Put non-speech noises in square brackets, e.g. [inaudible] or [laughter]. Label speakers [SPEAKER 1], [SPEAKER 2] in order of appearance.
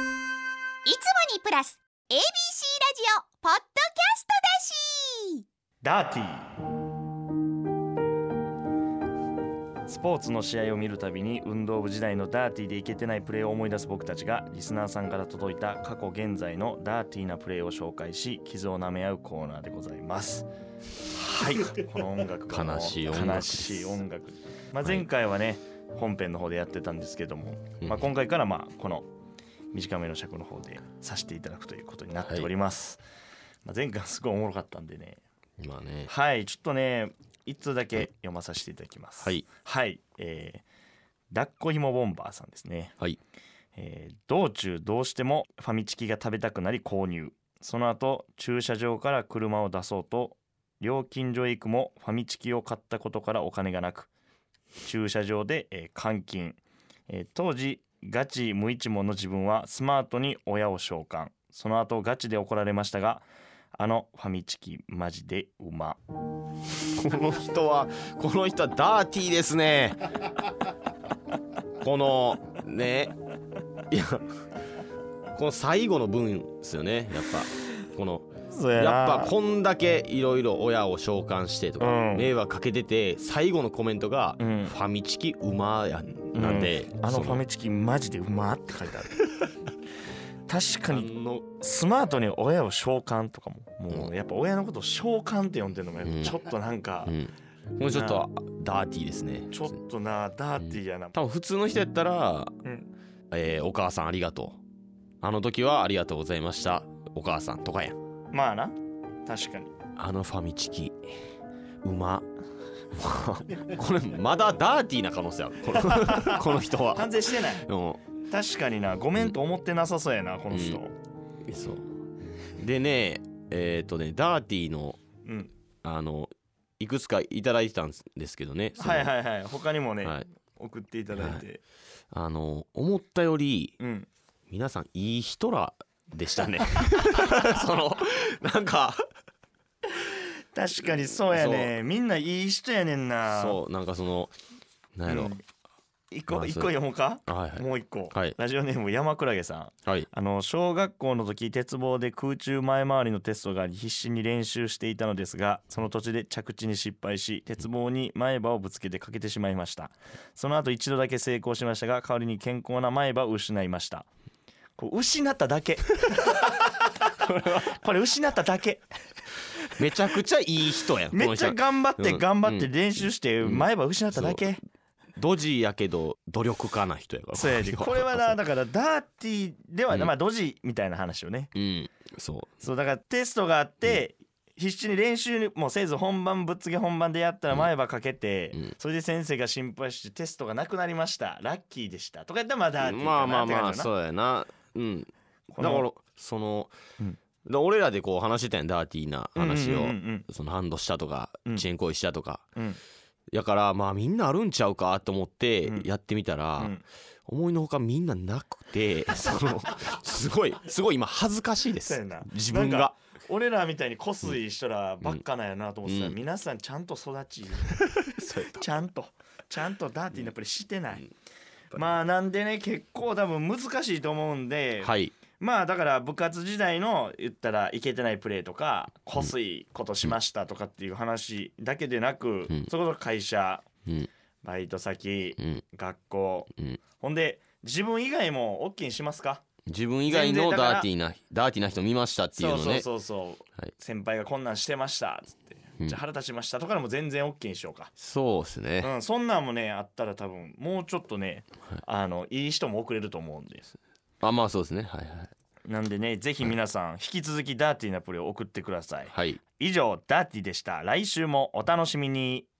[SPEAKER 1] いつもにプラス ABC ラジオポッドキャストだし
[SPEAKER 2] ダーティースポーツの試合を見るたびに運動部時代のダーティーでいけてないプレーを思い出す僕たちがリスナーさんから届いた過去現在のダーティーなプレーを紹介し傷を舐め合うコーナーでございますはい [laughs] この音楽がもう
[SPEAKER 3] 悲しい音楽
[SPEAKER 2] 悲しい音楽まあ、前回はね本編の方でやってたんですけども、
[SPEAKER 3] うん
[SPEAKER 2] まあ、今回からまあこの短めの尺の方でさせていただくということになっております、まあ、前回はすごいおもろかったんでね
[SPEAKER 3] まあね。
[SPEAKER 2] はい、ちょっとね、一通だけ読まさせていただきます。
[SPEAKER 3] はい、
[SPEAKER 2] はい、えー、抱っこひもボンバーさんですね。
[SPEAKER 3] はい。
[SPEAKER 2] えー道中どうしてもファミチキが食べたくなり購入。その後駐車場から車を出そうと料金所へ行くもファミチキを買ったことからお金がなく駐車場で、えー監禁、えー当時ガチ無一文の自分はスマートに親を召喚その後ガチで怒られましたがあのファミチキマジでうま
[SPEAKER 3] この人は、この人はダーティーですね。
[SPEAKER 2] [laughs]
[SPEAKER 3] この、ね。いや、この最後の文ですよね。やっぱ。この、
[SPEAKER 2] そう
[SPEAKER 3] や
[SPEAKER 2] や
[SPEAKER 3] っぱこんだけいろいろ親を召喚してとか、
[SPEAKER 2] うん
[SPEAKER 3] 迷惑かけてて、最後のコメントが、
[SPEAKER 2] うん
[SPEAKER 3] ファミチキうまやんなんで、
[SPEAKER 2] あの
[SPEAKER 3] そ
[SPEAKER 2] ファミチキマジでうまって書い
[SPEAKER 3] [laughs]
[SPEAKER 2] てある確かに
[SPEAKER 3] あの
[SPEAKER 2] スマートに親を召喚とかもも
[SPEAKER 3] う
[SPEAKER 2] うんやっぱ親のことを召喚って呼んでるのがやっ
[SPEAKER 3] う
[SPEAKER 2] ぱ
[SPEAKER 3] ん
[SPEAKER 2] ちょっとなんか、
[SPEAKER 3] うん、もうちょっとダーティーですね
[SPEAKER 2] ちょっとなダーティーやな、
[SPEAKER 3] 多分普通の人やったら
[SPEAKER 2] うん
[SPEAKER 3] えーお母さんありがとうあの時はありがとうございましたお母さんとかやん
[SPEAKER 2] まあな確かに
[SPEAKER 3] あのファミチキうま [laughs] これまだダーティーな可能性あるこ
[SPEAKER 2] [laughs]
[SPEAKER 3] のこの人は
[SPEAKER 2] 反省してない
[SPEAKER 3] うん
[SPEAKER 2] 確かになごめんと思ってなさそうやなこの人
[SPEAKER 3] そうでねえっ、とねダーティーの
[SPEAKER 2] うん、
[SPEAKER 3] あのいくつかいただいてたんですけどね
[SPEAKER 2] はい
[SPEAKER 3] い
[SPEAKER 2] はいはい他にもね、
[SPEAKER 3] はい、
[SPEAKER 2] 送っていただいて、
[SPEAKER 3] あの思ったより
[SPEAKER 2] うん
[SPEAKER 3] 皆さんいい人らでし
[SPEAKER 2] [laughs]
[SPEAKER 3] たねそのなんか
[SPEAKER 2] 確かにそうやねみんないい人やねんな
[SPEAKER 3] そうなんかそのなんやろ、
[SPEAKER 2] うん一個
[SPEAKER 3] まあ
[SPEAKER 2] 一
[SPEAKER 3] そう
[SPEAKER 2] 個読もうか
[SPEAKER 3] はいはい
[SPEAKER 2] もう一個、
[SPEAKER 3] はい
[SPEAKER 2] ラジオネーム山クラゲさん
[SPEAKER 3] はい
[SPEAKER 2] あの小学校の時鉄棒で空中前回りのテストがあり必死に練習していたのですがその途中で着地に失敗し鉄棒に前歯をぶつけて欠けてしまいましたその後一度だけ成功しましたが代わりに健康な前歯を失いましたこう失っただ
[SPEAKER 3] [laughs]
[SPEAKER 2] けこれ失っただけ
[SPEAKER 3] めちゃくちゃいい人や
[SPEAKER 2] [laughs]
[SPEAKER 3] ん
[SPEAKER 2] めっちゃ
[SPEAKER 3] この人
[SPEAKER 2] 頑張って
[SPEAKER 3] うん
[SPEAKER 2] 頑張って
[SPEAKER 3] うん
[SPEAKER 2] 練習して
[SPEAKER 3] うん
[SPEAKER 2] 前歯失っただけ、
[SPEAKER 3] ドジやけど努力家な人やから
[SPEAKER 2] そう
[SPEAKER 3] [laughs]
[SPEAKER 2] やでこれはなだからダーティーではな、
[SPEAKER 3] うん
[SPEAKER 2] まあドジみたいな話をね
[SPEAKER 3] うんそ
[SPEAKER 2] そうだからテストがあって、必死に練習にもせず本番ぶっつけ本番でやったら前歯かけて、
[SPEAKER 3] うん
[SPEAKER 2] それで先生が心配してテストがなくなりましたラッキーでしたとかやったらまあ
[SPEAKER 3] う
[SPEAKER 2] ダーティー
[SPEAKER 3] まあ
[SPEAKER 2] か
[SPEAKER 3] ま
[SPEAKER 2] な
[SPEAKER 3] あ
[SPEAKER 2] って感じだな
[SPEAKER 3] まあそうやなうん
[SPEAKER 2] こ
[SPEAKER 3] だ
[SPEAKER 2] の
[SPEAKER 3] からその、
[SPEAKER 2] うん
[SPEAKER 3] だから俺らでこう話してたやんダーティーな話を、
[SPEAKER 2] うんうん
[SPEAKER 3] そのハンドしたとか、
[SPEAKER 2] うん
[SPEAKER 3] 遅延行為したとか
[SPEAKER 2] うんうん
[SPEAKER 3] やからまあみんなあるんちゃうかと思って
[SPEAKER 2] うん
[SPEAKER 3] やってみたら、
[SPEAKER 2] うん
[SPEAKER 3] 思いのほかみんななくてそのすごいすごい今恥ずかしいで
[SPEAKER 2] そうや
[SPEAKER 3] す
[SPEAKER 2] な
[SPEAKER 3] 自分
[SPEAKER 2] なんか
[SPEAKER 3] が
[SPEAKER 2] 俺らみたいにこすいしたらばっかなんやなと思ってたら、
[SPEAKER 3] うん
[SPEAKER 2] 皆さんちゃんと育
[SPEAKER 3] [laughs]
[SPEAKER 2] ち
[SPEAKER 3] そうやった
[SPEAKER 2] ちゃんとちゃんとダーティーなプレーしてない、まあなんでね結構多分難しいと思うんで、
[SPEAKER 3] はい
[SPEAKER 2] まあだから部活時代の言ったらいけてないプレーとかこすいことしましたとかっていう話だけでなく、
[SPEAKER 3] うん
[SPEAKER 2] それこそ会社
[SPEAKER 3] うん
[SPEAKER 2] バイト先
[SPEAKER 3] うん
[SPEAKER 2] 学校、
[SPEAKER 3] うん
[SPEAKER 2] ほんで自分以外も OK にしますか
[SPEAKER 3] 自分以外
[SPEAKER 2] 全然
[SPEAKER 3] の
[SPEAKER 2] だから
[SPEAKER 3] ダーティーなダーティーな人見ましたっていう
[SPEAKER 2] そ
[SPEAKER 3] の
[SPEAKER 2] う
[SPEAKER 3] ね
[SPEAKER 2] そうそうそう、
[SPEAKER 3] はい
[SPEAKER 2] 先輩がこんなんしてましたっつって、
[SPEAKER 3] うん
[SPEAKER 2] じゃあ腹立ちましたとかでも全然 OK にしようか、
[SPEAKER 3] そうです
[SPEAKER 2] う
[SPEAKER 3] ね
[SPEAKER 2] ん、そんなんもねあったら多分もうちょっとね、あのいい人も遅れると思うんです
[SPEAKER 3] あまあそうですねはいはい
[SPEAKER 2] なんでねぜひ皆さん引き続きダーティーなプレーを送ってください
[SPEAKER 3] はい
[SPEAKER 2] 以上ダーティでした来週もお楽しみに